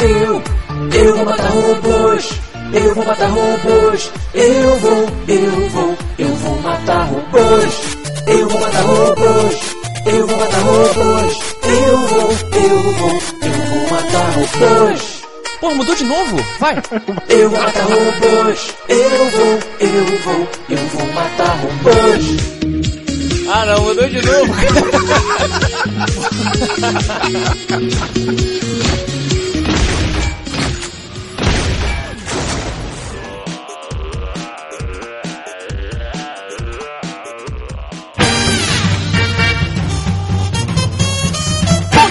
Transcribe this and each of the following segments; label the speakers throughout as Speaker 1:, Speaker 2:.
Speaker 1: eu. Eu vou matar robôs. Eu vou matar robôs. Eu vou, eu vou, eu vou matar robôs. Eu vou matar robôs. Eu vou matar robôs. Eu vou, eu vou, eu vou matar robôs.
Speaker 2: Pô, mudou de novo? Vai!
Speaker 1: Eu vou matar robôs. Eu vou, eu vou, eu vou matar robôs.
Speaker 2: Ah, não, mudou de novo. Bom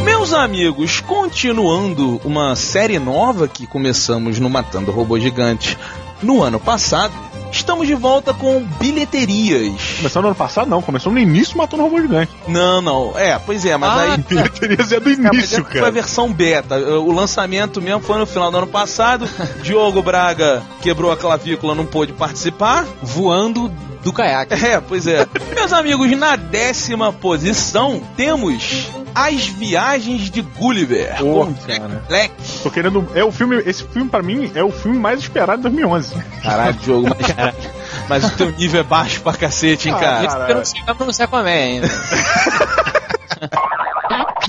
Speaker 2: Meus amigos, continuando uma série nova que começamos no Matando Robô Gigante no ano passado, estamos de volta com bilheterias.
Speaker 3: Começou no ano passado, não. Começou no início matando o robô gigante.
Speaker 2: Não, não, é, pois é, mas
Speaker 4: Ah,
Speaker 2: aí.
Speaker 3: Bilheterias é do
Speaker 2: É, mas
Speaker 3: início,
Speaker 2: essa foi a
Speaker 3: cara.
Speaker 2: versão beta. O lançamento mesmo foi no final do ano passado. Diogo Braga quebrou a clavícula, não pôde participar.
Speaker 4: Voando do caiaque.
Speaker 2: É, pois é. Meus amigos, na décima posição temos As Viagens de Gulliver.
Speaker 3: Pô,
Speaker 2: com
Speaker 3: cara.
Speaker 2: Jack Black.
Speaker 3: Tô querendo. É o filme. Esse filme, pra mim, é o filme mais esperado de 2011.
Speaker 2: Caralho, Diogo, mas, mas o teu nível é baixo pra cacete, hein,
Speaker 3: Ah,
Speaker 2: cara.
Speaker 4: Isso porque eu não sei é pra pronunciar com a meia ainda.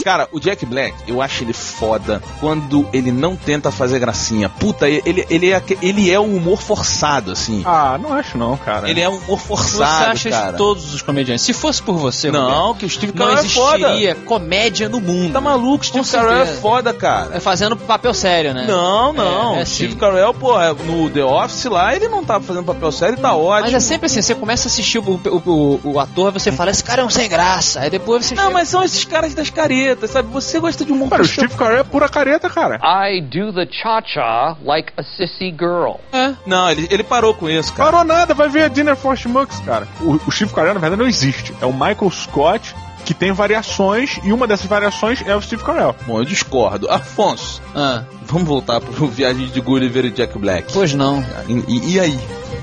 Speaker 2: Cara, o Jack Black, eu acho ele foda quando ele não tenta fazer gracinha. Puta, ele, ele, é, aque- ele é o humor forçado, assim.
Speaker 3: Ah, não acho não, cara.
Speaker 2: Ele é um humor
Speaker 4: Você
Speaker 2: forçado,
Speaker 4: acha
Speaker 2: cara.
Speaker 4: de todos os comediantes. Se fosse por você, Roberto,
Speaker 2: Não, que o Steve
Speaker 4: não
Speaker 2: Carell é foda.
Speaker 4: existiria comédia no mundo.
Speaker 2: Tá maluco,
Speaker 4: Com
Speaker 2: Steve Carell é
Speaker 4: certeza.
Speaker 2: foda, cara.
Speaker 4: É Fazendo papel sério, né?
Speaker 2: Não, não.
Speaker 4: É, é
Speaker 2: Steve
Speaker 4: sim.
Speaker 2: Carell, porra, no The Office lá, ele não tá fazendo papel sério, tá ótimo.
Speaker 4: Mas é sempre assim, você começa a assistir o, o, o, o ator, você fala, esse cara é um sem graça. Aí depois você
Speaker 2: Não,
Speaker 4: chega-
Speaker 2: mas são esses caras das caretas, sabe? Você gosta de humor
Speaker 3: Cara, o
Speaker 2: puxado.
Speaker 3: Steve Carell é pura careta, cara.
Speaker 5: I do the cha cha like a sissy girl.
Speaker 4: É.
Speaker 2: Não, ele, ele parou com isso, cara.
Speaker 3: Parou nada, vai ver Dinner for Schmucks, cara. O, o Steve Carell, na verdade, não existe. É o Michael Scott que tem variações e uma dessas variações é o Steve Carell.
Speaker 2: Bom, eu discordo. Afonso,
Speaker 4: Ah,
Speaker 2: vamos voltar pro Viagem de Gulliver e Jack Black.
Speaker 4: pois não.
Speaker 2: E, e aí?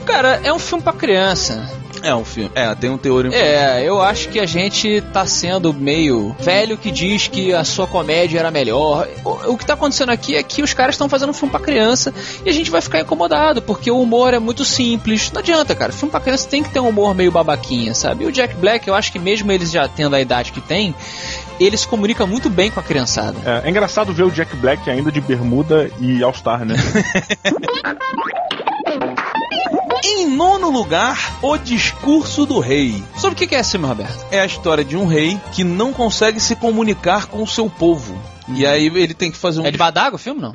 Speaker 4: Cara, é um filme pra criança.
Speaker 2: É um filme. É, tem um teor. em-
Speaker 4: É, eu acho que a gente tá sendo meio velho que diz que a sua comédia era melhor. O, o que tá acontecendo aqui é que os caras estão fazendo um filme pra criança e a gente vai ficar incomodado, porque o humor é muito simples. Não adianta, cara. Filme pra criança tem que ter um humor meio babaquinha, sabe? E o Jack Black, eu acho que mesmo eles já tendo a idade que tem, ele se comunica muito bem com a criançada.
Speaker 3: É, é engraçado ver o Jack Black ainda de bermuda e All-Star, né?
Speaker 2: Em nono lugar, O Discurso do Rei.
Speaker 4: Sobre o que que é esse filme, Roberto?
Speaker 2: É a história de um rei que não consegue se comunicar com o seu povo. E aí ele tem que fazer um.
Speaker 4: É de Badago o filme, não?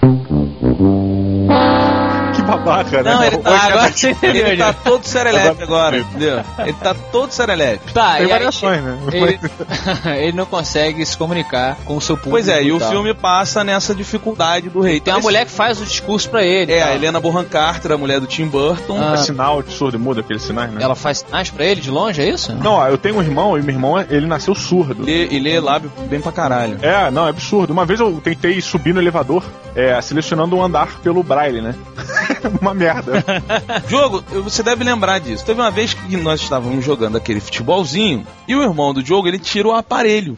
Speaker 3: que babaca, né?
Speaker 2: Não, ele tá,
Speaker 3: Hoje é
Speaker 2: agora,
Speaker 3: daqui.
Speaker 2: ele tá todo serelepe
Speaker 3: Agora-
Speaker 2: agora, entendeu? Ele tá todo serelepe.
Speaker 4: Tá,
Speaker 3: Tem
Speaker 4: e aí
Speaker 3: variações, né?
Speaker 4: Ele, ele não consegue se comunicar com o seu público.
Speaker 2: Pois é, e o
Speaker 4: tal.
Speaker 2: filme passa nessa dificuldade do rei. Então,
Speaker 4: Tem uma mulher que faz o discurso pra ele.
Speaker 2: É,
Speaker 4: tá?
Speaker 2: a Helena Bonham Carter, a mulher do Tim Burton. assim,
Speaker 4: Ah.
Speaker 3: É sinal de surdo e mudo, aqueles sinais, né?
Speaker 4: Ela faz sinais pra ele de longe, é isso?
Speaker 3: Não, ó, eu tenho um irmão e meu irmão, ele nasceu surdo.
Speaker 2: Ele, ele é lábio bem pra caralho.
Speaker 3: É, não, é absurdo. Uma vez eu tentei subir no elevador, é, selecionando um andar pelo braille, né? Uma merda.
Speaker 2: Diogo, você deve lembrar disso. Teve uma vez que nós estávamos jogando aquele futebolzinho e o irmão do Diogo ele tira o aparelho.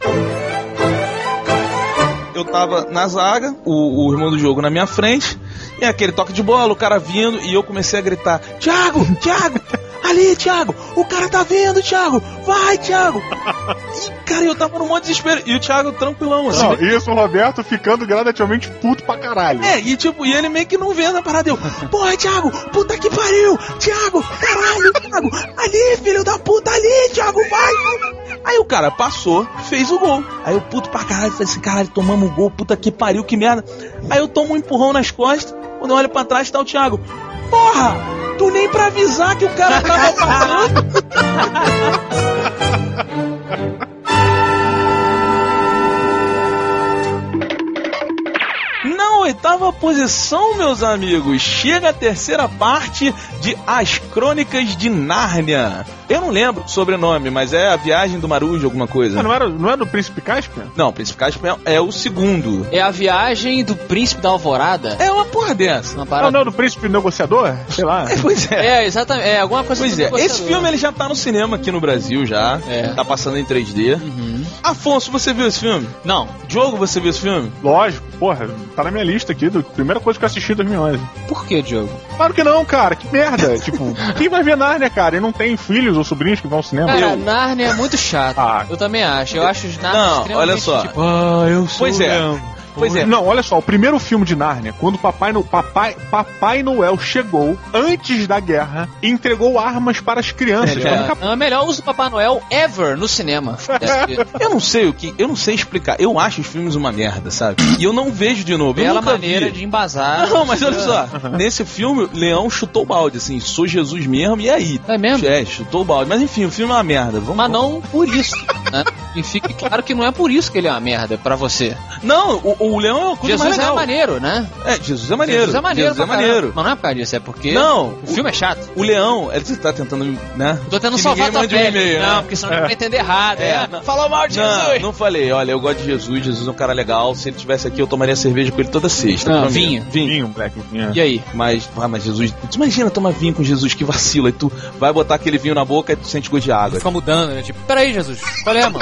Speaker 2: Eu tava na zaga, o, o irmão do Diogo na minha frente, e aquele toque de bola, o cara vindo, e eu comecei a gritar: Thiago, Thiago, ali, Thiago, o cara tá vindo, Thiago, vai, Thiago. E, cara, eu tava num monte de desespero. E o Thiago tranquilão, assim.
Speaker 3: Não, isso o Roberto ficando gradativamente puto pra caralho.
Speaker 2: É, e tipo, e ele meio que não vendo a parada. Eu, porra, Thiago, puta que pariu! Thiago, caralho, Thiago! Ali, filho da puta, ali, Thiago, vai! Aí o cara passou, fez o gol. Aí eu puto pra caralho, falei assim, caralho, tomamos o gol, puta que pariu, que merda. Aí eu tomo um empurrão nas costas, quando eu olho pra trás, tá o Thiago. Porra! Tu nem pra avisar que o cara tava passando. Na oitava posição, meus amigos, chega a terceira parte de As Crônicas de Nárnia. Eu não lembro o sobrenome, mas é a viagem do Marujo, alguma
Speaker 3: Ah,
Speaker 2: coisa.
Speaker 3: não, era, não era do Príncipe Caspian?
Speaker 2: Não, o Príncipe Caspian é o segundo.
Speaker 4: É a viagem do príncipe da alvorada?
Speaker 2: É uma porra dessa.
Speaker 4: Uma
Speaker 3: Ah,
Speaker 4: parada.
Speaker 3: não, do Príncipe Negociador? Sei lá.
Speaker 2: É, pois é.
Speaker 4: tá É, exatamente. É alguma coisa
Speaker 2: Pois
Speaker 4: do
Speaker 2: é,
Speaker 4: negociador.
Speaker 2: esse filme ele já tá no cinema aqui no Brasil já.
Speaker 4: É.
Speaker 2: Tá passando em 3D.
Speaker 4: Uhum.
Speaker 2: Afonso, você viu esse filme?
Speaker 4: Não.
Speaker 2: Diogo, você viu esse filme?
Speaker 3: Lógico, porra, tá na minha lista aqui, do primeira coisa que eu assisti em 2011.
Speaker 4: Por que, Diogo?
Speaker 3: Claro que não, cara, que merda. tipo, quem vai ver Narnia, cara? E não tem filhos ou sobrinhos que vão ao cinema?
Speaker 4: Cara,
Speaker 3: Eu.
Speaker 4: Nárnia é muito chato.
Speaker 3: Ah.
Speaker 4: Eu também acho. Eu acho os Nárnia
Speaker 2: Não,
Speaker 4: extremamente,
Speaker 2: olha só.
Speaker 4: tipo, ah, eu sou
Speaker 2: Pois é.
Speaker 4: leão.
Speaker 2: Pois é.
Speaker 3: Não, olha só, o primeiro filme de Nárnia, quando Papai, no... Papai... Papai Noel chegou antes da guerra e entregou armas para as crianças. um
Speaker 4: É,
Speaker 3: Eu nunca-
Speaker 4: é o melhor uso do Papai Noel ever no cinema. É, Deve ser.
Speaker 2: Eu não sei o que, eu não sei explicar. Eu acho os filmes uma merda, sabe? E eu não vejo de novo. eu
Speaker 4: Bela
Speaker 2: nunca
Speaker 4: maneira
Speaker 2: vi.
Speaker 4: de embasar.
Speaker 2: Não, mas olha só, nesse filme, Leão chutou o balde, assim, sou Jesus mesmo, e aí?
Speaker 4: É mesmo?
Speaker 2: É, chutou o balde. Mas enfim, o filme é uma merda. Vamos,
Speaker 4: Mas não por isso. Né? E fique claro que não é por isso que ele é uma merda pra você.
Speaker 2: Não, o, o Leão é uma coisa
Speaker 4: Jesus
Speaker 2: mais
Speaker 4: é
Speaker 2: legal.
Speaker 4: maneiro, né?
Speaker 2: É, Jesus é maneiro.
Speaker 4: Jesus é maneiro,
Speaker 2: Jesus é
Speaker 4: pra caramba.
Speaker 2: maneiro.
Speaker 4: Mas não é por causa disso, é porque
Speaker 2: Não,
Speaker 4: o
Speaker 2: o-
Speaker 4: filme é chato.
Speaker 2: O Leão, ele tá tentando, né?
Speaker 4: Tô tentando
Speaker 2: Que ninguém
Speaker 4: salvar tua
Speaker 2: mande um
Speaker 4: pele.
Speaker 2: e-mail,
Speaker 4: não,
Speaker 2: né?
Speaker 4: porque senão ele vai entender errado.
Speaker 2: É,
Speaker 4: É,
Speaker 2: não.
Speaker 4: Falou mal de
Speaker 2: Não,
Speaker 4: Jesus.
Speaker 2: não falei. Olha, eu gosto de Jesus, Jesus é um cara legal. Se ele estivesse aqui, eu tomaria cerveja com ele toda sexta.
Speaker 4: Não,
Speaker 2: Pra mim.
Speaker 4: vinho.
Speaker 2: Vinho.
Speaker 3: Vinho, um moleque, vinho.
Speaker 4: E aí?
Speaker 2: Mas, ah, mas Jesus, tu imagina tomar vinho com Jesus, que vacila. E tu vai botar aquele vinho na boca e tu sente gosto de água.
Speaker 4: Fica mudando, né? Tipo, peraí, Jesus, qual é, mano?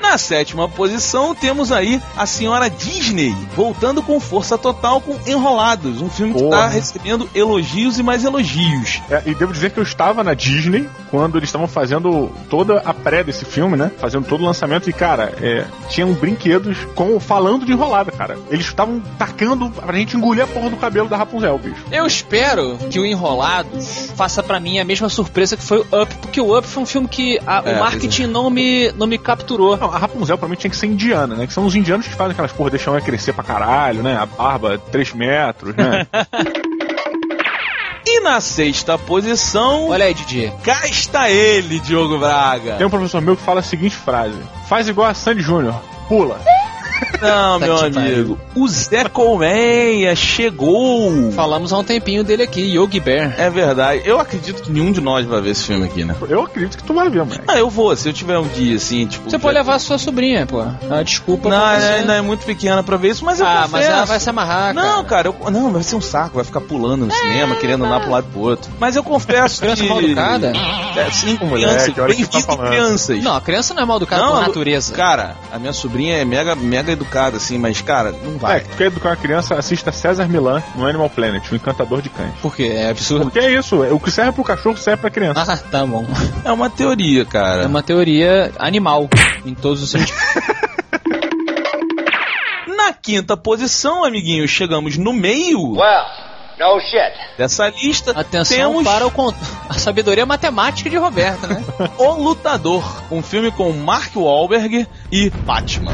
Speaker 2: Na sétima posição, temos aí a senhora Disney, voltando com força total com Enrolados, um filme que
Speaker 3: Porra.
Speaker 2: tá recebendo elogios e mais elogios.
Speaker 3: É, e devo dizer que eu estava na Disney quando eles estavam fazendo toda a pré desse filme, né? Fazendo todo o lançamento e, cara, é, tinham brinquedos com falando de enrolada, cara. Eles estavam tacando pra gente engolir a porra do cabelo da Rapunzel, bicho.
Speaker 4: Eu espero que o Enrolados faça pra mim a mesma surpresa que foi o Up, porque o Up foi um filme que a-
Speaker 2: É,
Speaker 4: o marketing não, me, não me capturou.
Speaker 3: Não, a Rapunzel pra mim tinha que ser indiana, né? Que são os indianos que fazem aquelas porra, deixam ela crescer pra caralho, né? A barba, 3 metros, né?
Speaker 2: E na sexta posição,
Speaker 4: Olha aí, Didi.
Speaker 2: cá está ele, Diogo Braga.
Speaker 3: Tem um professor meu que fala a seguinte frase: faz igual a Sandy Júnior, pula.
Speaker 2: Não,
Speaker 4: Tá
Speaker 2: meu
Speaker 4: que pariu.
Speaker 2: amigo, o Zé Colmeia chegou.
Speaker 4: Falamos há um tempinho dele aqui, Yogi Bear.
Speaker 2: É verdade. Eu acredito que nenhum de nós vai ver esse filme aqui, né?
Speaker 3: Eu acredito que tu vai ver, moleque.
Speaker 2: Ah, eu vou. Se eu tiver um dia assim, tipo.
Speaker 4: Você
Speaker 2: já-
Speaker 4: pode levar a sua sobrinha, pô. Ah, desculpa.
Speaker 2: Não,
Speaker 4: pra você.
Speaker 2: não, não, é muito pequena pra ver isso, mas eu
Speaker 4: Ah, mas ela
Speaker 2: confesso.
Speaker 4: vai se amarrar.
Speaker 2: Não, cara, eu... não, vai ser um saco, vai ficar pulando
Speaker 4: É,
Speaker 2: no cinema, querendo andar pro lado e pro outro. Mas eu confesso que.
Speaker 4: Criança mal educada?
Speaker 2: É, sim,
Speaker 3: Moleque,
Speaker 2: crianças,
Speaker 3: olha o
Speaker 2: bem
Speaker 3: que tá
Speaker 2: rico
Speaker 3: falando.
Speaker 2: crianças.
Speaker 4: Não, a criança não é mal educada
Speaker 2: Não,
Speaker 4: por
Speaker 2: eu-
Speaker 4: natureza.
Speaker 2: Cara, a minha sobrinha é mega, mega educada, assim, mas, cara, não
Speaker 3: É,
Speaker 2: vai.
Speaker 3: tu quer educar uma criança, assista César Milan no Animal Planet, o encantador de cães.
Speaker 4: Por quê? É absurdo.
Speaker 3: Porque é isso, o que serve pro cachorro serve pra criança.
Speaker 4: Ah, tá bom.
Speaker 2: É uma teoria, cara.
Speaker 4: É uma teoria animal em todos os sentidos.
Speaker 2: Na quinta posição, amiguinho, chegamos no meio
Speaker 5: Well, no shit.
Speaker 2: dessa lista.
Speaker 4: Atenção
Speaker 2: temos
Speaker 4: para o con... a sabedoria matemática de Roberto, né?
Speaker 2: O Lutador, um filme com Mark Wahlberg e Batman.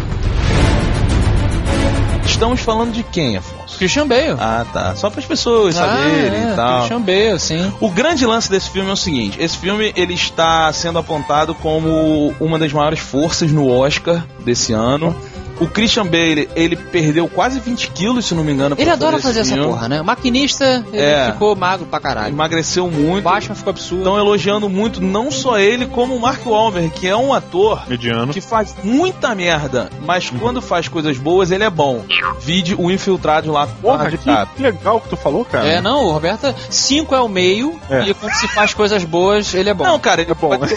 Speaker 2: Estamos falando de quem, Afonso?
Speaker 4: Christian Bale.
Speaker 2: Ah, tá. Só para as pessoas saberem
Speaker 4: é,
Speaker 2: e tal.
Speaker 4: Christian Bale, sim.
Speaker 2: O grande lance desse filme é o seguinte: esse filme ele está sendo apontado como uma das maiores forças no Oscar desse ano. O Christian Bale, ele perdeu quase 20 quilos, se não me engano. pra
Speaker 4: Ele adora fazer
Speaker 2: esse
Speaker 4: essa
Speaker 2: filme.
Speaker 4: porra, né? O maquinista, ele
Speaker 2: É.
Speaker 4: ficou magro pra caralho.
Speaker 2: Emagreceu
Speaker 4: O
Speaker 2: muito.
Speaker 4: Batman ficou absurdo.
Speaker 2: Estão elogiando muito não só ele, como o Mark Wahlberg, que é um ator
Speaker 3: Mediano.
Speaker 2: que faz muita merda, mas
Speaker 4: Uhum.
Speaker 2: quando faz coisas boas, ele é bom. Vide o infiltrado lá Ah, com
Speaker 3: Porra,
Speaker 2: o
Speaker 3: que,
Speaker 2: DiCaprio.
Speaker 3: que legal que tu falou, cara.
Speaker 4: É, não, o Roberto, 5 é o meio,
Speaker 3: É.
Speaker 4: e quando se faz coisas boas, ele é bom.
Speaker 2: Não, cara, ele
Speaker 3: É bom.
Speaker 2: pode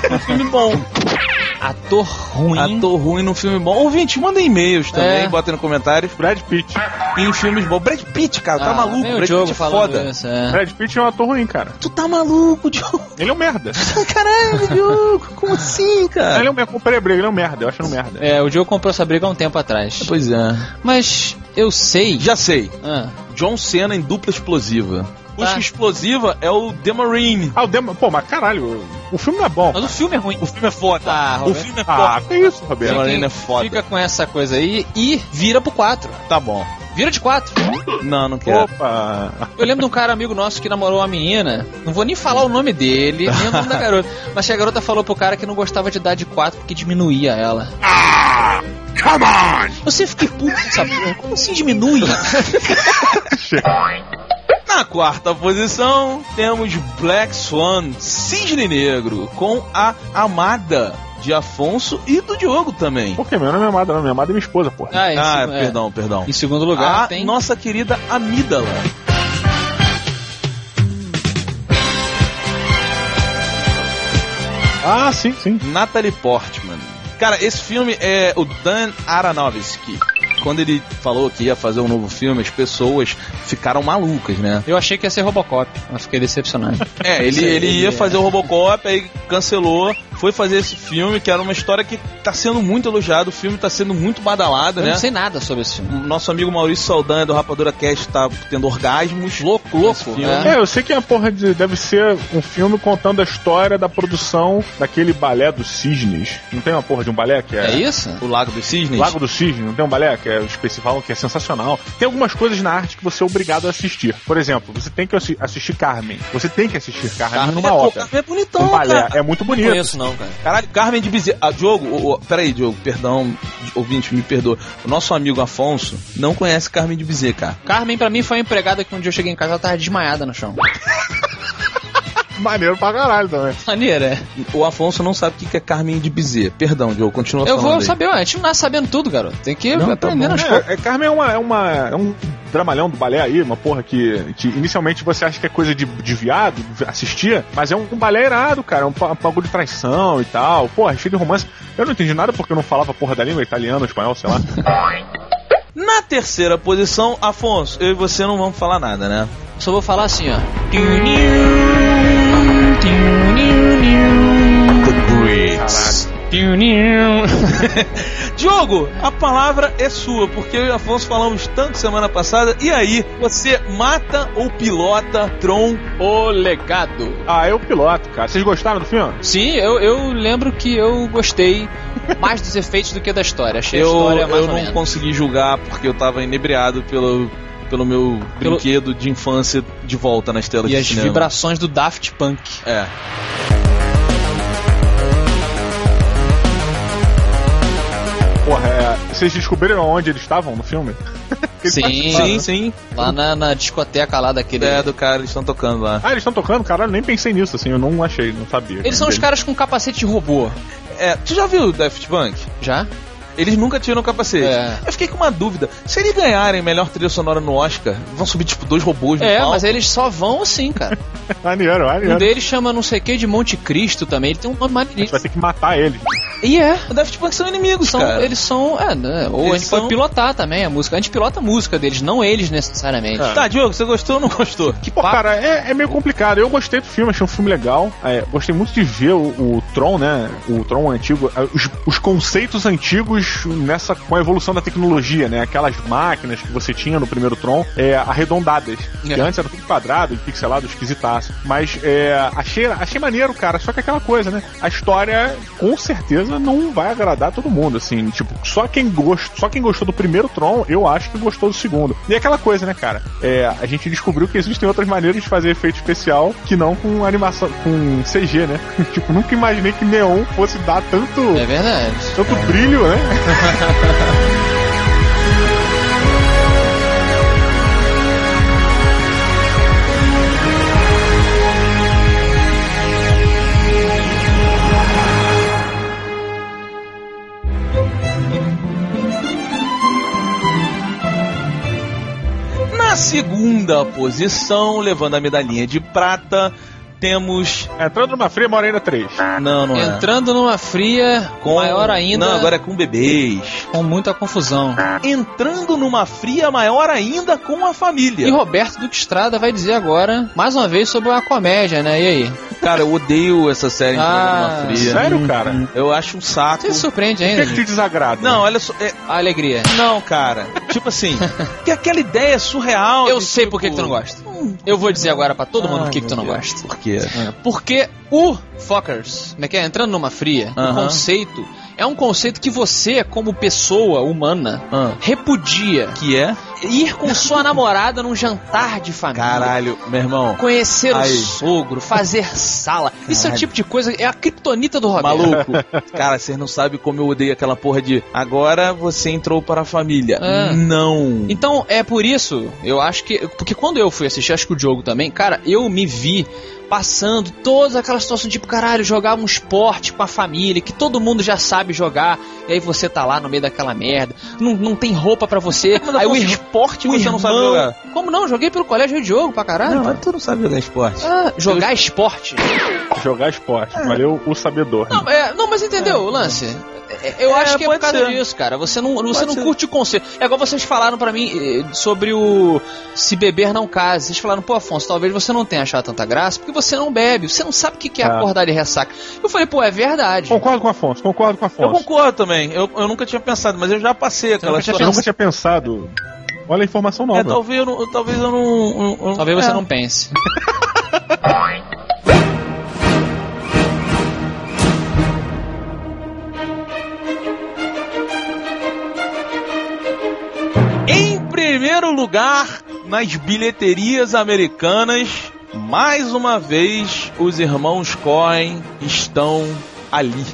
Speaker 2: ter um filme bom.
Speaker 4: ator ruim.
Speaker 2: Ator ruim num filme bom. Ouvinte, manda e-mails também,
Speaker 4: É.
Speaker 2: bota no comentários.
Speaker 3: Brad Pitt.
Speaker 2: Em filmes bons. Brad Pitt, cara, tá
Speaker 4: Ah,
Speaker 2: maluco.
Speaker 4: vem o
Speaker 2: Brad
Speaker 4: Diogo
Speaker 2: Pitt é
Speaker 4: falando
Speaker 2: foda.
Speaker 4: isso, é.
Speaker 3: Brad Pitt é um ator ruim, cara.
Speaker 2: Tu tá maluco, Diogo.
Speaker 3: Ele é um merda.
Speaker 2: Caralho, Diogo. Como assim, cara?
Speaker 3: Ele é um merda. Comprei a briga, ele é um merda. Eu acho ele um merda.
Speaker 4: É, o Diogo comprou essa briga há um tempo atrás.
Speaker 2: Pois é.
Speaker 4: Mas eu sei.
Speaker 2: Já sei.
Speaker 4: Ah,
Speaker 2: John Cena em dupla explosiva. Puxa
Speaker 4: Tá.
Speaker 2: explosiva é o The Marine.
Speaker 3: Ah, o Demo... Pô, mas caralho, o filme não é bom.
Speaker 4: mas o filme é ruim.
Speaker 2: O filme é foda.
Speaker 4: Tá,
Speaker 2: o
Speaker 4: Roberto.
Speaker 2: filme é foda.
Speaker 3: Ah, que isso,
Speaker 2: The
Speaker 3: Roberto.
Speaker 2: Marine é foda.
Speaker 4: Fica com essa coisa aí e vira pro 4.
Speaker 2: Tá bom.
Speaker 4: Vira de 4.
Speaker 2: Não, não quero.
Speaker 3: Opa!
Speaker 4: Eu lembro de um cara amigo nosso que namorou uma menina. Não vou nem falar o nome dele, nem o nome da garota. Mas que a garota falou pro cara que não gostava de dar de 4 porque diminuía ela. Ah! Come on! Você fica puto com essa porra. Como assim diminui?
Speaker 2: Na quarta posição, temos Black Swan, Cisne Negro, com a amada de Afonso e do Diogo também.
Speaker 3: Por que meu nome é Amada? Não, minha Amada é minha esposa, porra.
Speaker 4: Ah,
Speaker 2: ah,
Speaker 4: é.
Speaker 2: perdão, perdão.
Speaker 4: Em segundo lugar,
Speaker 2: A
Speaker 4: tem.
Speaker 2: Ah, nossa querida Amídala.
Speaker 3: Ah, sim, sim.
Speaker 2: Natalie Portman. Cara, esse filme é o Dan Aronofsky. Quando ele falou que ia fazer um novo filme, as pessoas ficaram malucas, né?
Speaker 4: Eu achei que ia ser Robocop, mas fiquei decepcionado.
Speaker 2: É, ele, ele ia fazer o Robocop, aí cancelou, foi fazer esse filme, que era uma história que tá sendo muito elogiada, o filme tá sendo muito badalado,
Speaker 4: Eu
Speaker 2: né?
Speaker 4: não sei nada sobre esse filme.
Speaker 2: Nosso amigo Maurício Saldanha, do Rapadura Cast, tá tendo orgasmos.
Speaker 4: Louco,
Speaker 2: Esse
Speaker 4: louco.
Speaker 2: filme.
Speaker 4: né?
Speaker 3: É, eu sei que é uma porra de. Deve ser um filme contando a história da produção daquele balé dos cisnes. Não tem uma porra de um balé que
Speaker 4: É
Speaker 3: é.
Speaker 4: isso?
Speaker 2: O Lago dos Cisnes.
Speaker 3: Lago do Cisne, não tem um balé que é o especial que é sensacional. Tem algumas coisas na arte que você é obrigado a assistir. Por exemplo, você tem que assi- assistir Carmen. Você tem que assistir Carmen,
Speaker 2: Carmen
Speaker 3: numa
Speaker 2: é, pô,
Speaker 3: ópera.
Speaker 2: Carmen é bonitão,
Speaker 3: Um balé
Speaker 2: cara.
Speaker 3: é muito
Speaker 6: Não
Speaker 3: bonito.
Speaker 6: conheço não, cara.
Speaker 2: Caralho, Carmen de Bezerra. Ah, Diogo, ô, ô, peraí, Diogo, perdão, ouvinte, me perdoa. O nosso amigo Afonso não conhece Carmen de Bezerra, cara.
Speaker 4: Carmen, pra mim, foi uma empregada que um dia eu cheguei em casa ela tava desmaiada no chão.
Speaker 3: Maneiro pra caralho também.
Speaker 4: Maneira.
Speaker 2: O Afonso não sabe o que que é Carmen de Bezerra. Perdão, Diogo, continua
Speaker 4: Eu
Speaker 2: falando
Speaker 4: vou
Speaker 2: aí.
Speaker 4: saber, ué, a gente não nasce sabendo tudo, garoto. Tem que
Speaker 2: Não, tá
Speaker 4: aprender
Speaker 2: bom.
Speaker 4: nas coisas.
Speaker 3: É, é, Carmen é, uma, é, uma, é um dramalhão do balé aí, uma porra que, que inicialmente você acha que é coisa de, de viado, assistir, mas é um, um balé irado, cara, é um pa- um bagulho de traição e tal, porra, é cheio de romance. Eu não entendi nada porque eu não falava porra da língua italiana, espanhol, sei lá.
Speaker 2: Na terceira posição, Afonso, eu e você não vamos falar nada, né?
Speaker 4: Só vou falar assim, ó.
Speaker 2: Diogo, a palavra é sua, porque eu e Afonso falamos tanto semana passada. E aí, você mata ou pilota Tron?
Speaker 4: O legado.
Speaker 3: ah, eu piloto, cara. Vocês gostaram do filme?
Speaker 4: Sim, eu, eu lembro que eu gostei mais dos efeitos do que da história. Achei a
Speaker 2: Eu,
Speaker 4: história é mais
Speaker 2: eu
Speaker 4: ou
Speaker 2: não
Speaker 4: menos.
Speaker 2: consegui julgar porque eu tava inebriado pelo, pelo meu
Speaker 4: Pelo-
Speaker 2: brinquedo de infância de volta nas telas
Speaker 4: E
Speaker 2: de
Speaker 4: as
Speaker 2: cinema.
Speaker 4: vibrações do Daft Punk.
Speaker 2: É.
Speaker 3: Porra, é, vocês descobriram onde eles estavam no filme?
Speaker 4: Sim,
Speaker 2: Sim, sim.
Speaker 4: Lá na, na discoteca lá daquele.
Speaker 2: É do cara, eles estão tocando lá.
Speaker 3: Ah, eles estão tocando? Caralho, nem pensei nisso, assim, eu não achei, não sabia.
Speaker 4: Eles são os
Speaker 3: Deles.
Speaker 4: caras com capacete de robô.
Speaker 2: É, tu já viu o Daft Punk?
Speaker 4: Já?
Speaker 2: Eles nunca tiram o capacete.
Speaker 4: É.
Speaker 2: Eu fiquei com uma dúvida. Se eles ganharem melhor trilha sonora no Oscar, vão subir tipo dois robôs no
Speaker 4: É,
Speaker 2: palco?
Speaker 4: mas eles só vão assim, cara.
Speaker 3: Maneiro,
Speaker 4: Um
Speaker 3: maneiro.
Speaker 4: deles chama não sei o que de Monte Cristo também. Ele tem um nome
Speaker 3: A gente
Speaker 4: maneiríssimo.
Speaker 3: vai ter que matar eles.
Speaker 4: E é.
Speaker 2: O Daft Punk são inimigos,
Speaker 4: São,
Speaker 2: cara.
Speaker 4: eles são. É, né, ou
Speaker 2: Eles
Speaker 4: a gente pode
Speaker 2: são-
Speaker 4: pilotar também a música. A gente pilota a música deles, não eles necessariamente.
Speaker 3: É.
Speaker 2: Tá, Diogo, você gostou ou não gostou?
Speaker 3: Que Pô, cara, é, é meio complicado. Eu gostei do filme, achei um filme legal. É, gostei muito de ver o, o Tron, né? O Tron antigo, é, os, os conceitos antigos nessa com a evolução da tecnologia, né? Aquelas máquinas que você tinha no primeiro Tron, é, arredondadas.
Speaker 4: É.
Speaker 3: Que antes era tudo quadrado, pixelado, esquisitaço. Mas é, achei, achei maneiro, cara. Só que aquela coisa, né? A história com certeza não vai agradar todo mundo, assim. Tipo, só quem gostou, só quem gostou do primeiro Tron, eu acho que gostou do segundo. E aquela coisa, né, cara? É, a gente descobriu que existem outras maneiras de fazer efeito especial que não com animação, com CG, né? tipo, nunca imaginei que Neon fosse dar tanto,
Speaker 4: É verdade.
Speaker 3: tanto brilho, né?
Speaker 2: Na segunda posição, levando a medalhinha de prata, temos.
Speaker 3: É, Entrando numa fria, mora ainda três.
Speaker 2: Não, não é.
Speaker 4: Entrando numa fria,
Speaker 2: Com-
Speaker 4: maior ainda,
Speaker 2: Não, agora é com bebês.
Speaker 4: com muita confusão.
Speaker 2: Entrando numa fria maior ainda com a família.
Speaker 4: E Roberto Duque Estrada vai dizer agora, mais uma vez, sobre a comédia, né? E aí?
Speaker 2: Cara, eu odeio essa série
Speaker 4: Ah,
Speaker 2: Entrando numa fria.
Speaker 3: Sério, cara?
Speaker 2: Eu acho um saco.
Speaker 4: Você se surpreende
Speaker 3: O que,
Speaker 4: ainda?
Speaker 3: é que te desagrada?
Speaker 2: Não, olha só. é-
Speaker 4: A alegria.
Speaker 2: Não, cara. tipo assim, que aquela ideia surreal.
Speaker 4: Eu
Speaker 2: de,
Speaker 4: sei
Speaker 2: tipo, Hum. Ah,
Speaker 4: por que, que tu não gosta. Eu vou dizer agora pra todo mundo por que, que tu não gosta.
Speaker 2: Por quê?
Speaker 4: Porque o Fockers, como é que é? Entrando numa fria, o
Speaker 2: Aham.
Speaker 4: conceito é um conceito que você, como pessoa humana,
Speaker 2: Ah,
Speaker 4: repudia.
Speaker 2: que é?
Speaker 4: Ir com sua namorada num jantar de família.
Speaker 2: Caralho, meu irmão.
Speaker 4: Conhecer
Speaker 2: Aí.
Speaker 4: o sogro, fazer sala. Isso é o
Speaker 2: Caralho.
Speaker 4: tipo de coisa, é a criptonita do Roberto.
Speaker 2: Maluco, cara, vocês não sabem como eu odeio aquela porra de agora você entrou para a família.
Speaker 4: Ah.
Speaker 2: Não.
Speaker 4: Então, é por isso, eu acho que. Porque quando eu fui assistir, acho que o Diogo também, cara, eu me vi passando toda aquela situação tipo, caralho, jogar um esporte com a família, que todo mundo já sabe jogar, e aí você tá lá no meio daquela merda, não, não tem roupa pra você, aí o, ir,
Speaker 2: esporte
Speaker 4: o
Speaker 2: você
Speaker 4: irmão...
Speaker 2: não sabe jogar.
Speaker 4: Como não? Joguei pelo colégio de jogo pra caralho.
Speaker 6: Não,
Speaker 4: pô.
Speaker 6: mas tu não sabe jogar esporte.
Speaker 4: Ah, jogar esporte?
Speaker 3: Jogar esporte. Valeu o sabedor.
Speaker 4: Não, é, não mas entendeu o lance? É, Eu
Speaker 6: É,
Speaker 4: acho que é por
Speaker 6: pode
Speaker 4: causa
Speaker 6: ser.
Speaker 4: disso, cara. Você não, você
Speaker 6: Pode
Speaker 4: não
Speaker 6: ser.
Speaker 4: curte o conceito. É igual vocês falaram pra mim eh, sobre o se beber não case. Vocês falaram, pô, Afonso, talvez você não tenha achado tanta graça porque você não bebe. Você não sabe o que que é
Speaker 3: Ah.
Speaker 4: acordar de ressaca. Eu falei, pô, é verdade.
Speaker 3: Concordo com o Afonso, concordo com o
Speaker 2: Eu
Speaker 3: Afonso.
Speaker 2: concordo também. Eu, eu nunca tinha pensado, mas eu já passei aquela
Speaker 4: nunca tinha
Speaker 3: Eu
Speaker 2: situação.
Speaker 3: nunca tinha pensado. Olha a informação nova.
Speaker 2: É, talvez eu não. Talvez eu não. eu- eu-
Speaker 4: Talvez
Speaker 2: é.
Speaker 4: você não pense.
Speaker 2: Em primeiro lugar, nas bilheterias americanas, mais uma vez, os irmãos Coen estão ali.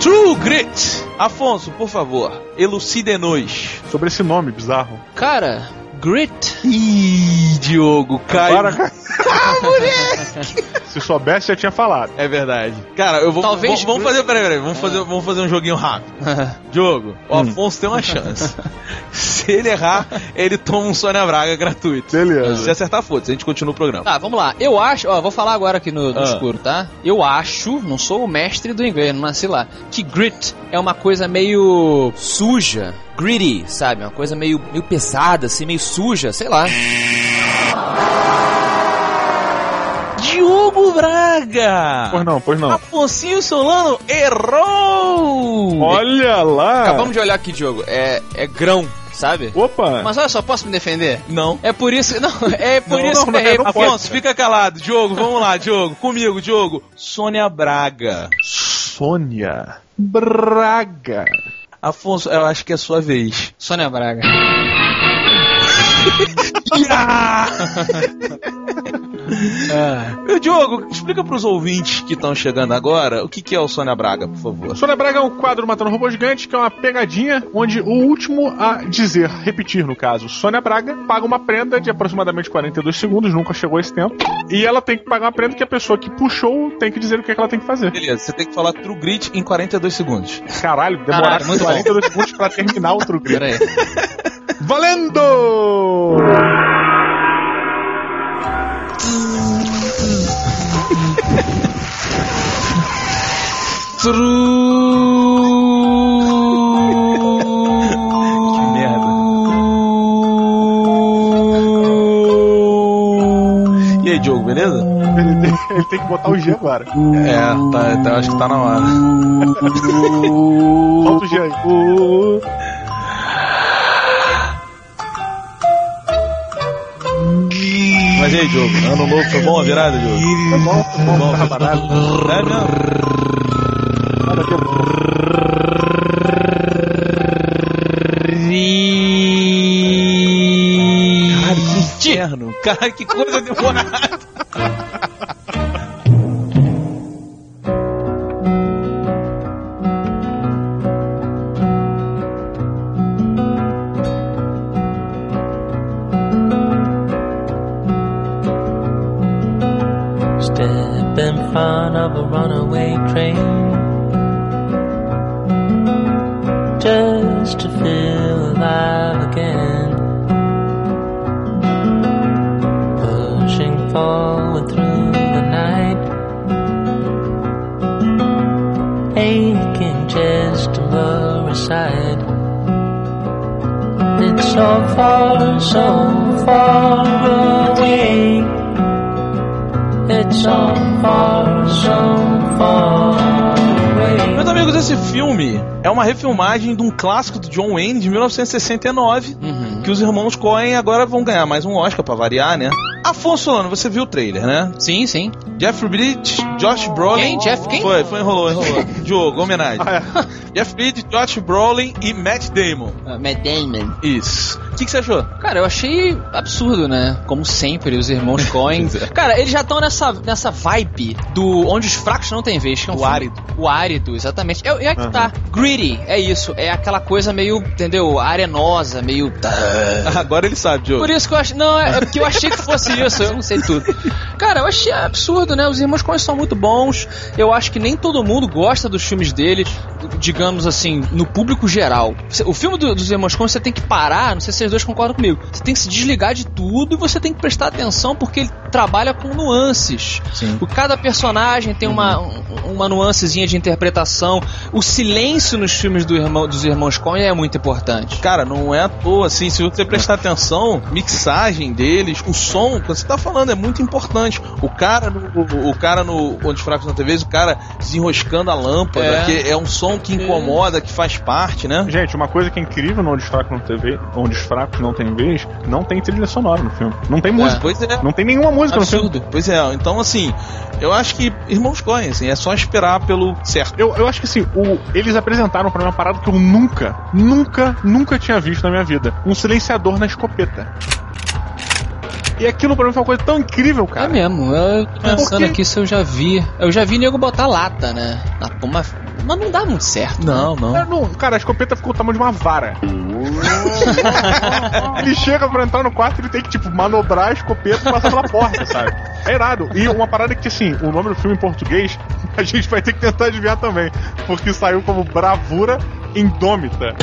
Speaker 2: True Grit! Afonso, por favor, elucide-nos.
Speaker 3: Sobre esse nome bizarro.
Speaker 4: Cara, grit.
Speaker 2: Ih, Diogo, cai.
Speaker 3: Para, cara. Se soubesse, já tinha falado.
Speaker 2: É verdade. Cara, eu vou.
Speaker 4: Talvez-
Speaker 2: Talvez. Vamos fazer. Peraí, peraí. Vamos fazer, vamos fazer um joguinho rápido. Diogo, o Afonso tem uma chance. Se ele errar, ele toma um Sônia Braga gratuito.
Speaker 3: Beleza.
Speaker 2: Se acertar, foda-se. A gente continua o programa.
Speaker 4: Tá, vamos lá. Eu acho, ó, vou falar agora aqui no, no
Speaker 2: Ah.
Speaker 4: escuro, tá? Eu acho, não sou o mestre do inglês, não nasci lá, que grit é uma coisa meio
Speaker 6: Suja, gritty, sabe? Uma coisa meio, meio pesada, assim, meio suja, sei lá.
Speaker 2: Ah, Diogo Braga!
Speaker 3: Pois não, pois
Speaker 2: Ah,
Speaker 3: não.
Speaker 2: Afonso Solano errou!
Speaker 3: Olha lá!
Speaker 4: Ah.
Speaker 6: Acabamos de olhar aqui, Diogo. É, é grão, sabe?
Speaker 3: Opa!
Speaker 4: Mas olha só, posso me defender?
Speaker 2: Não.
Speaker 4: É por isso, não, é por
Speaker 3: Não,
Speaker 4: isso
Speaker 3: não,
Speaker 4: que eu errei.
Speaker 3: não, não
Speaker 4: Afonso,
Speaker 3: pode.
Speaker 2: Afonso, fica calado. Diogo, vamos lá, Diogo. Comigo, Diogo. Sônia Braga.
Speaker 3: Sônia Braga.
Speaker 2: Afonso, eu acho que é a sua vez.
Speaker 4: Sônia Braga.
Speaker 2: Meu Diogo, explica pros ouvintes que estão chegando agora o que, que é o Sônia Braga, por favor.
Speaker 3: Sônia Braga é um quadro matando robô gigante, que é uma pegadinha onde o último a dizer, repetir no caso, Sônia Braga, paga uma prenda de aproximadamente 42 segundos, nunca chegou a esse tempo, e ela tem que pagar uma prenda que a pessoa que puxou tem que dizer o que, é que ela tem que fazer.
Speaker 2: Beleza, você tem que falar True Grit em 42 segundos.
Speaker 3: Caralho,
Speaker 4: Caralho,
Speaker 3: demoraram
Speaker 4: muito
Speaker 3: 42 segundos pra terminar outro grito.
Speaker 4: Pera aí.
Speaker 3: Valendo!
Speaker 2: Que merda. E aí, Diogo, beleza?
Speaker 3: Ele tem, ele tem que botar o G agora.
Speaker 2: É, tá, tá, acho que tá na hora.
Speaker 3: Solta o G aí.
Speaker 2: Mas e aí, Diogo? Ano novo foi bom a virada, Diogo?
Speaker 3: Tá bom, tá bom, tá barato.
Speaker 2: É mesmo?
Speaker 3: Olha que eu-
Speaker 2: Caralho, que inferno. Caralho, que coisa demorada.
Speaker 7: Step in front of a runaway train just to feel alive again. Pushing forward through the night, aching just to blur aside. It's so far, so far away. It's so far, so far away.
Speaker 2: Meus amigos, esse filme é uma refilmagem de um clássico do John Wayne de 1969,
Speaker 4: Uhum.
Speaker 2: que os irmãos Coen agora vão ganhar mais um Oscar pra variar, né? Afonso Solano, você viu o trailer, né?
Speaker 4: Sim, sim.
Speaker 2: Jeffrey Bridge Josh Brolin.
Speaker 4: Quem? Jeff quem? Ah, é.
Speaker 2: Foi, foi, enrolou, enrolou. Diogo, homenagem. Jeff Reed, Josh Brolin e Matt Damon.
Speaker 4: Ah, Matt Damon.
Speaker 2: Isso. O que, que você achou?
Speaker 4: Cara, eu achei absurdo, né? Como sempre, os irmãos Coen.
Speaker 2: é.
Speaker 4: Cara, eles já estão nessa, nessa vibe do Onde os Fracos Não Têm Vez, que é um
Speaker 2: O
Speaker 4: filme-
Speaker 2: árido.
Speaker 4: O árido, exatamente. É, é que tá. Greedy, é isso. É aquela coisa meio, entendeu? Arenosa, meio.
Speaker 2: Agora ele sabe, Diogo.
Speaker 4: Por isso que eu acho. Não, é é porque eu achei que fosse isso, eu não sei tudo. Cara, eu achei absurdo, né? Os irmãos Coen são muito bons. Eu acho que nem todo mundo gosta dos filmes deles, digamos assim, no público geral. Cê- O filme do- dos irmãos Coen você tem que parar, não sei se vocês dois concordam comigo. Você tem que se desligar de tudo e você tem que prestar atenção porque ele trabalha com nuances.
Speaker 6: Sim.
Speaker 4: O- Cada personagem tem uma, um- uma nuancezinha de interpretação. O silêncio nos filmes do irmão, dos irmãos Coen é muito importante.
Speaker 2: Cara, não é à toa, assim, se você prestar atenção, mixagem deles, o som, que você tá falando, é muito importante. O cara no, o, o cara no Onde os Fracos na TV, o cara desenroscando a lâmpada,
Speaker 4: É.
Speaker 2: que é um som que incomoda, que faz parte, né?
Speaker 3: Gente, uma coisa que é incrível no Onde os Fracos não, TV, onde os fracos não tem vez, não tem trilha sonora no filme. Não tem música.
Speaker 2: Pois é.
Speaker 3: Não tem nenhuma música no filme.
Speaker 2: Absurdo. Pois é, então assim, eu acho que irmãos Coen, assim, é só esperar pelo certo.
Speaker 3: Eu, eu acho que assim, o- eles apresentaram pra mim uma parada que eu nunca, nunca, nunca tinha visto na minha vida. Um silenciador na escopeta. E aquilo pra mim foi uma coisa tão incrível, cara.
Speaker 4: É mesmo, eu tô pensando
Speaker 3: Porque-
Speaker 4: aqui se eu já vi. Eu já vi nego botar lata, né? Na pomba. Mas não dá muito certo. né?
Speaker 2: Não, não.
Speaker 3: Cara, É, não- cara, a escopeta ficou do tamanho de uma vara. ele chega pra entrar no quarto, ele tem que, tipo, manobrar a escopeta e passar pela porta, sabe? É irado. E uma parada que, assim, o nome do filme em português, a gente vai ter que tentar adivinhar também. Porque saiu como Bravura Indômita.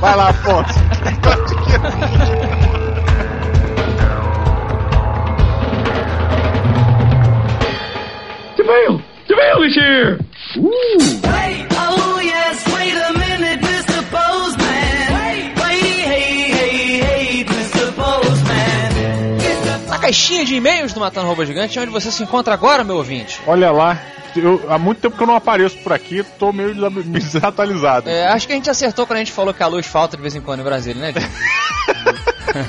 Speaker 3: Vai lá, Afonso. Eu acho que é-
Speaker 1: Oh yes, wait a minute, Mr. Postman. Wait, hey, hey, hey, Mr. Postman.
Speaker 4: Na caixinha de e-mails do Matando Rouba Gigante, é onde você se encontra agora, meu ouvinte.
Speaker 3: Olha lá. Eu- há muito tempo que eu não apareço por aqui, tô meio des- me desatualizado.
Speaker 4: É, acho que a gente acertou quando a gente falou que a luz falta de vez em quando em Brasília, né? Diego?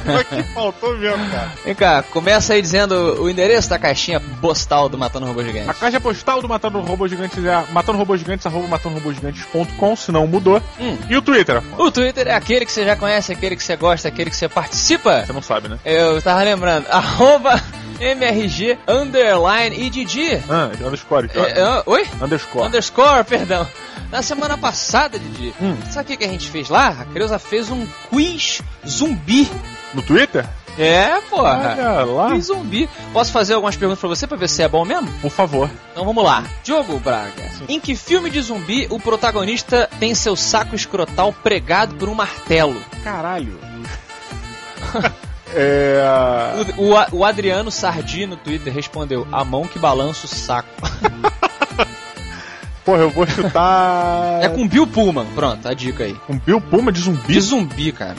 Speaker 3: Só que faltou mesmo, cara.
Speaker 4: Vem cá, começa aí dizendo o endereço da caixinha postal do Matando Rouba Gigante.
Speaker 3: A caixa postal do Matando Robôs Gigantes é matandorobogigantes, arroba matandorobogigantes.com, se não mudou.
Speaker 4: Hum.
Speaker 3: E o Twitter, Afonso?
Speaker 4: O Twitter é aquele que você já conhece, aquele que você gosta, aquele que você participa.
Speaker 3: Você não sabe, né?
Speaker 4: Eu tava lembrando, arroba MRG underline e Didi.
Speaker 3: Ah, underscore.
Speaker 4: É, é, oi?
Speaker 3: Underscore.
Speaker 4: Underscore, perdão. Na semana passada, Didi,
Speaker 3: Hum.
Speaker 4: sabe o que, que a gente fez lá? A Creuza fez um quiz zumbi.
Speaker 3: No Twitter?
Speaker 4: É, porra.
Speaker 3: Olha lá.
Speaker 4: Quiz zumbi. Posso fazer algumas perguntas pra você pra ver se é bom mesmo?
Speaker 3: Por favor.
Speaker 4: Então vamos lá. Diogo Braga. Em que filme de zumbi o protagonista tem seu saco escrotal pregado por um martelo?
Speaker 3: Caralho. é.
Speaker 4: O, o A- o Adriano Sardi no Twitter respondeu: A mão que balança o saco.
Speaker 3: Porra, eu vou chutar.
Speaker 4: É com Bill Pullman. Pronto, a dica aí.
Speaker 3: Um Ah. Bill Puma de zumbi?
Speaker 4: De zumbi, cara.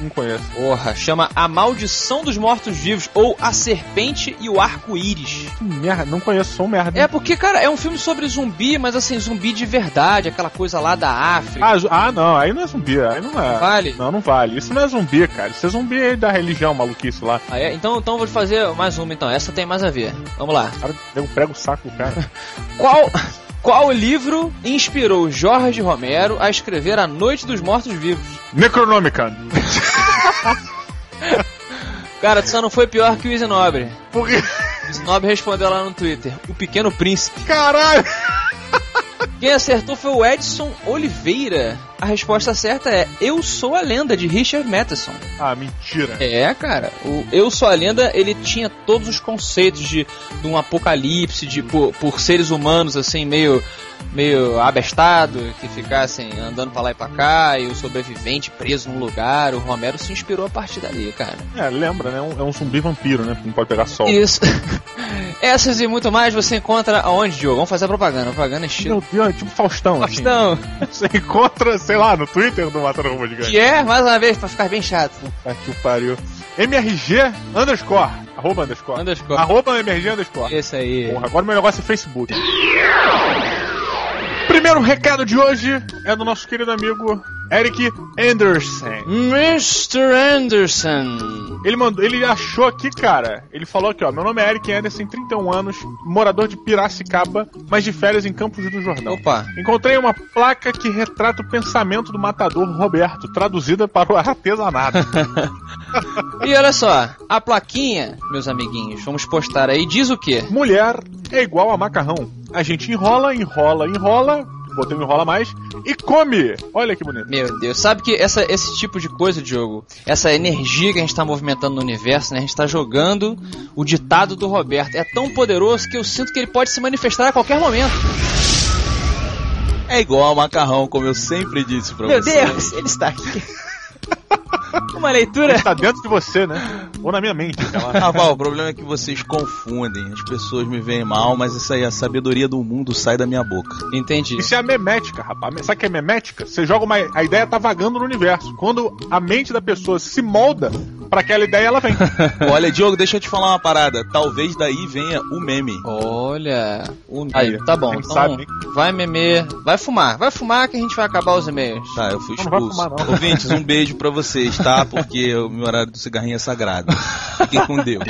Speaker 3: Não conheço.
Speaker 4: Porra, chama A Maldição dos Mortos-Vivos ou A Serpente e o Arco-Íris.
Speaker 3: Que merda, não conheço, sou um merda.
Speaker 4: É porque, cara, é um filme sobre zumbi, mas assim, zumbi de verdade, aquela coisa lá da África.
Speaker 3: Ah, zu- ah, não, aí não é zumbi, aí não é.
Speaker 4: Vale?
Speaker 3: Não, não vale. Isso não é zumbi, cara. Isso é zumbi da religião, maluquice lá.
Speaker 4: Ah, é? Então, então vou fazer mais uma então. Essa tem mais a ver. Vamos lá.
Speaker 3: Cara, eu prego o saco do cara.
Speaker 4: Qual qual livro inspirou Jorge Romero a escrever A Noite dos Mortos Vivos?
Speaker 3: Necronomicon.
Speaker 4: Cara, tu só não foi pior que o Easy Nobre.
Speaker 3: Por quê?
Speaker 4: O Easy Nobre respondeu lá no Twitter: O Pequeno Príncipe.
Speaker 3: Caralho!
Speaker 4: Quem acertou foi o Edson Oliveira. A resposta certa é Eu Sou a Lenda, de Richard Matheson.
Speaker 3: Ah, mentira.
Speaker 4: É, cara. O Eu Sou a Lenda, ele tinha todos os conceitos de, de um apocalipse, de por, por seres humanos, assim, meio meio abestado, que ficassem andando pra lá e pra cá, e o sobrevivente preso num lugar. O Romero se inspirou a partir dali, cara.
Speaker 3: É, lembra, né? Um- É um zumbi vampiro, né? Não pode pegar sol.
Speaker 4: Isso. Essas e muito mais você encontra aonde, Diogo? Vamos fazer a propaganda. Propaganda
Speaker 3: Meu
Speaker 4: estilo.
Speaker 3: Deus, é tipo Faustão, assim.
Speaker 4: Então,
Speaker 3: Você encontra, sei lá, no Twitter do Matando Robô Gigante.
Speaker 4: que é, mais uma vez, pra ficar bem chato.
Speaker 3: Puta que pariu. MRG underscore. Arroba underscore.
Speaker 4: Underscore.
Speaker 3: Arroba MRG underscore.
Speaker 4: Esse aí.
Speaker 3: Porra, agora meu negócio é Facebook. Primeiro recado de hoje é do nosso querido amigo Eric Anderson.
Speaker 4: Mr. Anderson.
Speaker 3: Ele mandou, ele achou aqui, cara. Ele falou aqui, ó. Meu nome é Eric Anderson, 31 anos, morador de Piracicaba, mas de férias em Campos do Jordão.
Speaker 4: Opa.
Speaker 3: Encontrei uma placa que retrata o pensamento do matador Roberto, traduzida para o artesanato.
Speaker 4: E olha só, a plaquinha, meus amiguinhos, vamos postar aí, diz o quê?
Speaker 3: Mulher é igual a macarrão. A gente enrola, enrola, enrola, botei um enrola mais e come. Olha que bonito.
Speaker 4: Meu Deus, sabe que essa, esse tipo de coisa, Diogo, essa energia que a gente tá movimentando no universo, né? A gente tá jogando o ditado do Roberto. É tão poderoso que eu sinto que ele pode se manifestar a qualquer momento.
Speaker 2: É igual ao macarrão, como eu sempre disse pra
Speaker 4: Meu
Speaker 2: você.
Speaker 4: Deus, ele está aqui. Uma leitura.
Speaker 3: Está dentro de você, né? Ou na minha mente, sei lá.
Speaker 2: Raval, o problema é que vocês confundem. As pessoas me veem mal, mas essa aí, é a sabedoria do mundo sai da minha boca.
Speaker 4: Entendi.
Speaker 3: Isso é a memética, rapaz. Sabe o que é memética? Você joga uma. A ideia tá vagando no universo. Quando a mente da pessoa se molda pra aquela ideia, ela vem.
Speaker 2: Olha, Diogo, deixa eu te falar uma parada. Talvez daí venha o meme.
Speaker 4: Olha, o
Speaker 3: Aí,
Speaker 4: aí, tá bom.
Speaker 3: quem
Speaker 4: então
Speaker 3: sabe, hein?
Speaker 4: vai memer, vai fumar, vai fumar que a gente vai acabar os e-mails.
Speaker 2: Tá, eu fui
Speaker 3: Não, não vai
Speaker 2: expulso.
Speaker 3: fumar, não.
Speaker 2: Ouvintes, um beijo pra vocês, tá? Porque o meu horário do cigarrinho é sagrado. Fiquem com Deus.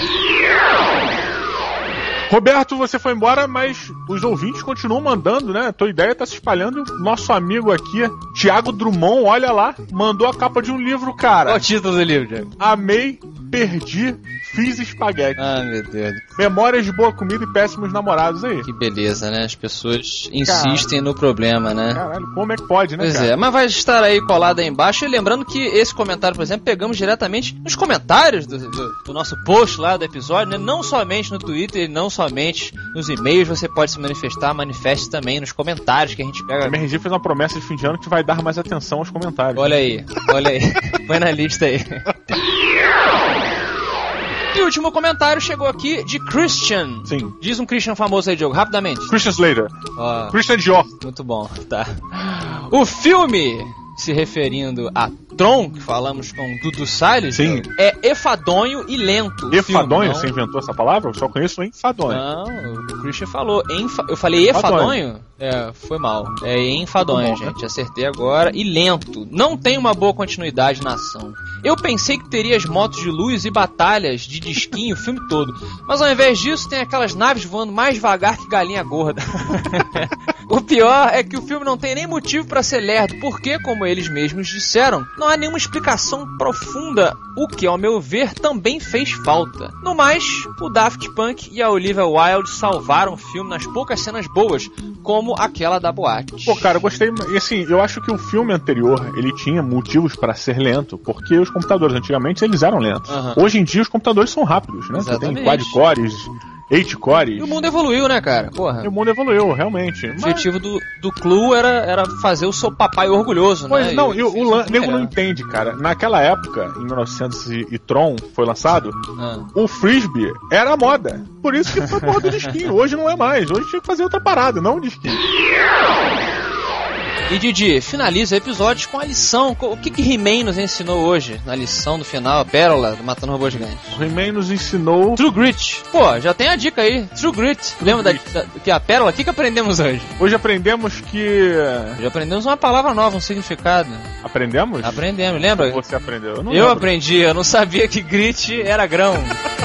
Speaker 3: Roberto, você foi embora, mas os ouvintes continuam mandando, né? Tua ideia tá se espalhando. Nosso amigo aqui, Tiago Drummond, olha lá, mandou a capa de um livro,
Speaker 4: Qual
Speaker 3: cara.
Speaker 4: o título do livro, Diego?
Speaker 3: Amei, perdi, fiz espaguete.
Speaker 4: Ah, meu Deus,
Speaker 3: Memórias de boa comida e péssimos namorados aí.
Speaker 4: que beleza, né? As pessoas insistem no problema, né?
Speaker 3: Caralho, como é que pode, né,
Speaker 4: Pois
Speaker 3: cara?
Speaker 4: é, mas vai estar aí colado aí embaixo. E lembrando que esse comentário, por exemplo, pegamos diretamente nos comentários do, do- do nosso post lá do episódio, né? Não somente no Twitter, e não somente nos e-mails, você pode se manifestar, manifeste também nos comentários que a gente
Speaker 3: A
Speaker 4: pega.
Speaker 3: MRG fez uma promessa de fim de ano que vai dar mais atenção aos comentários.
Speaker 4: Olha aí, olha aí. Põe na lista aí. E o último comentário chegou aqui de Christian.
Speaker 3: Sim.
Speaker 4: Diz um Christian famoso aí, Diogo, rapidamente.
Speaker 3: Christian Slater.
Speaker 4: Ó,
Speaker 3: Christian Dior.
Speaker 4: Muito bom, tá. O filme, se referindo a Tron, que falamos com o Dudu Salles,
Speaker 3: Sim.
Speaker 4: é efadonho e lento. o
Speaker 3: Efadonha, você
Speaker 4: filme,
Speaker 3: inventou essa palavra? Eu só conheço enfadonha.
Speaker 4: não? Não, o Christian falou. enfa- Eu falei efadonho? É, foi mal. É enfadonho,
Speaker 3: Muito bom, né?
Speaker 4: gente. Acertei agora. E lento. Não tem uma boa continuidade na ação. Eu pensei que teria as motos de luz e batalhas de disquinho o filme todo. Mas ao invés disso, tem aquelas naves voando mais devagar que galinha gorda. O pior é que o filme não tem nem motivo pra ser lerdo, porque, como eles mesmos disseram, não há nenhuma explicação profunda, o que, ao meu ver, também fez falta. No mais, o Daft Punk e a Olivia Wilde salvaram o filme nas poucas cenas boas, como aquela da boate.
Speaker 3: Pô, cara, eu gostei. E assim, eu acho que o filme anterior ele tinha motivos pra ser lento, porque os computadores antigamente eles eram lentos.
Speaker 4: Aham.
Speaker 3: Hoje em dia os computadores são rápidos, né? Você tem
Speaker 4: Exatamente.
Speaker 3: quad cores, eight
Speaker 4: E
Speaker 3: cores.
Speaker 4: o mundo evoluiu, né, cara? Porra.
Speaker 3: E o mundo evoluiu, realmente.
Speaker 4: O
Speaker 3: Mas,
Speaker 4: objetivo do, do Clue era, era fazer o seu papai orgulhoso,
Speaker 3: pois
Speaker 4: né?
Speaker 3: não,
Speaker 4: E é.
Speaker 3: e o,
Speaker 4: fez
Speaker 3: o lan-
Speaker 4: muito
Speaker 3: nego não
Speaker 4: melhor.
Speaker 3: entende, cara. Naquela época, em 1900 e e Tron foi lançado,
Speaker 4: Ah.
Speaker 3: o frisbee era a moda. Por isso que foi a porra do disquinho. Hoje não é mais. Hoje tinha que fazer outra parada, não um disquinho.
Speaker 4: E Didi, finaliza o episódio com a lição. Co- O que, que He-Man nos ensinou hoje? Na lição do final, a pérola do Matando Robôs Gigantes.
Speaker 3: O He-Man nos ensinou
Speaker 4: True Grit. Pô, já tem a dica aí. True Grit. Lembra da, da- que a pérola? O que, que aprendemos hoje?
Speaker 3: Hoje aprendemos que.
Speaker 4: Já aprendemos uma palavra nova, um significado.
Speaker 3: Aprendemos?
Speaker 4: Aprendemos, lembra?
Speaker 3: Você aprendeu? não
Speaker 4: Eu
Speaker 3: lembro.
Speaker 4: aprendi, eu não sabia que grit era grão.
Speaker 7: Oh, Oh, Oh,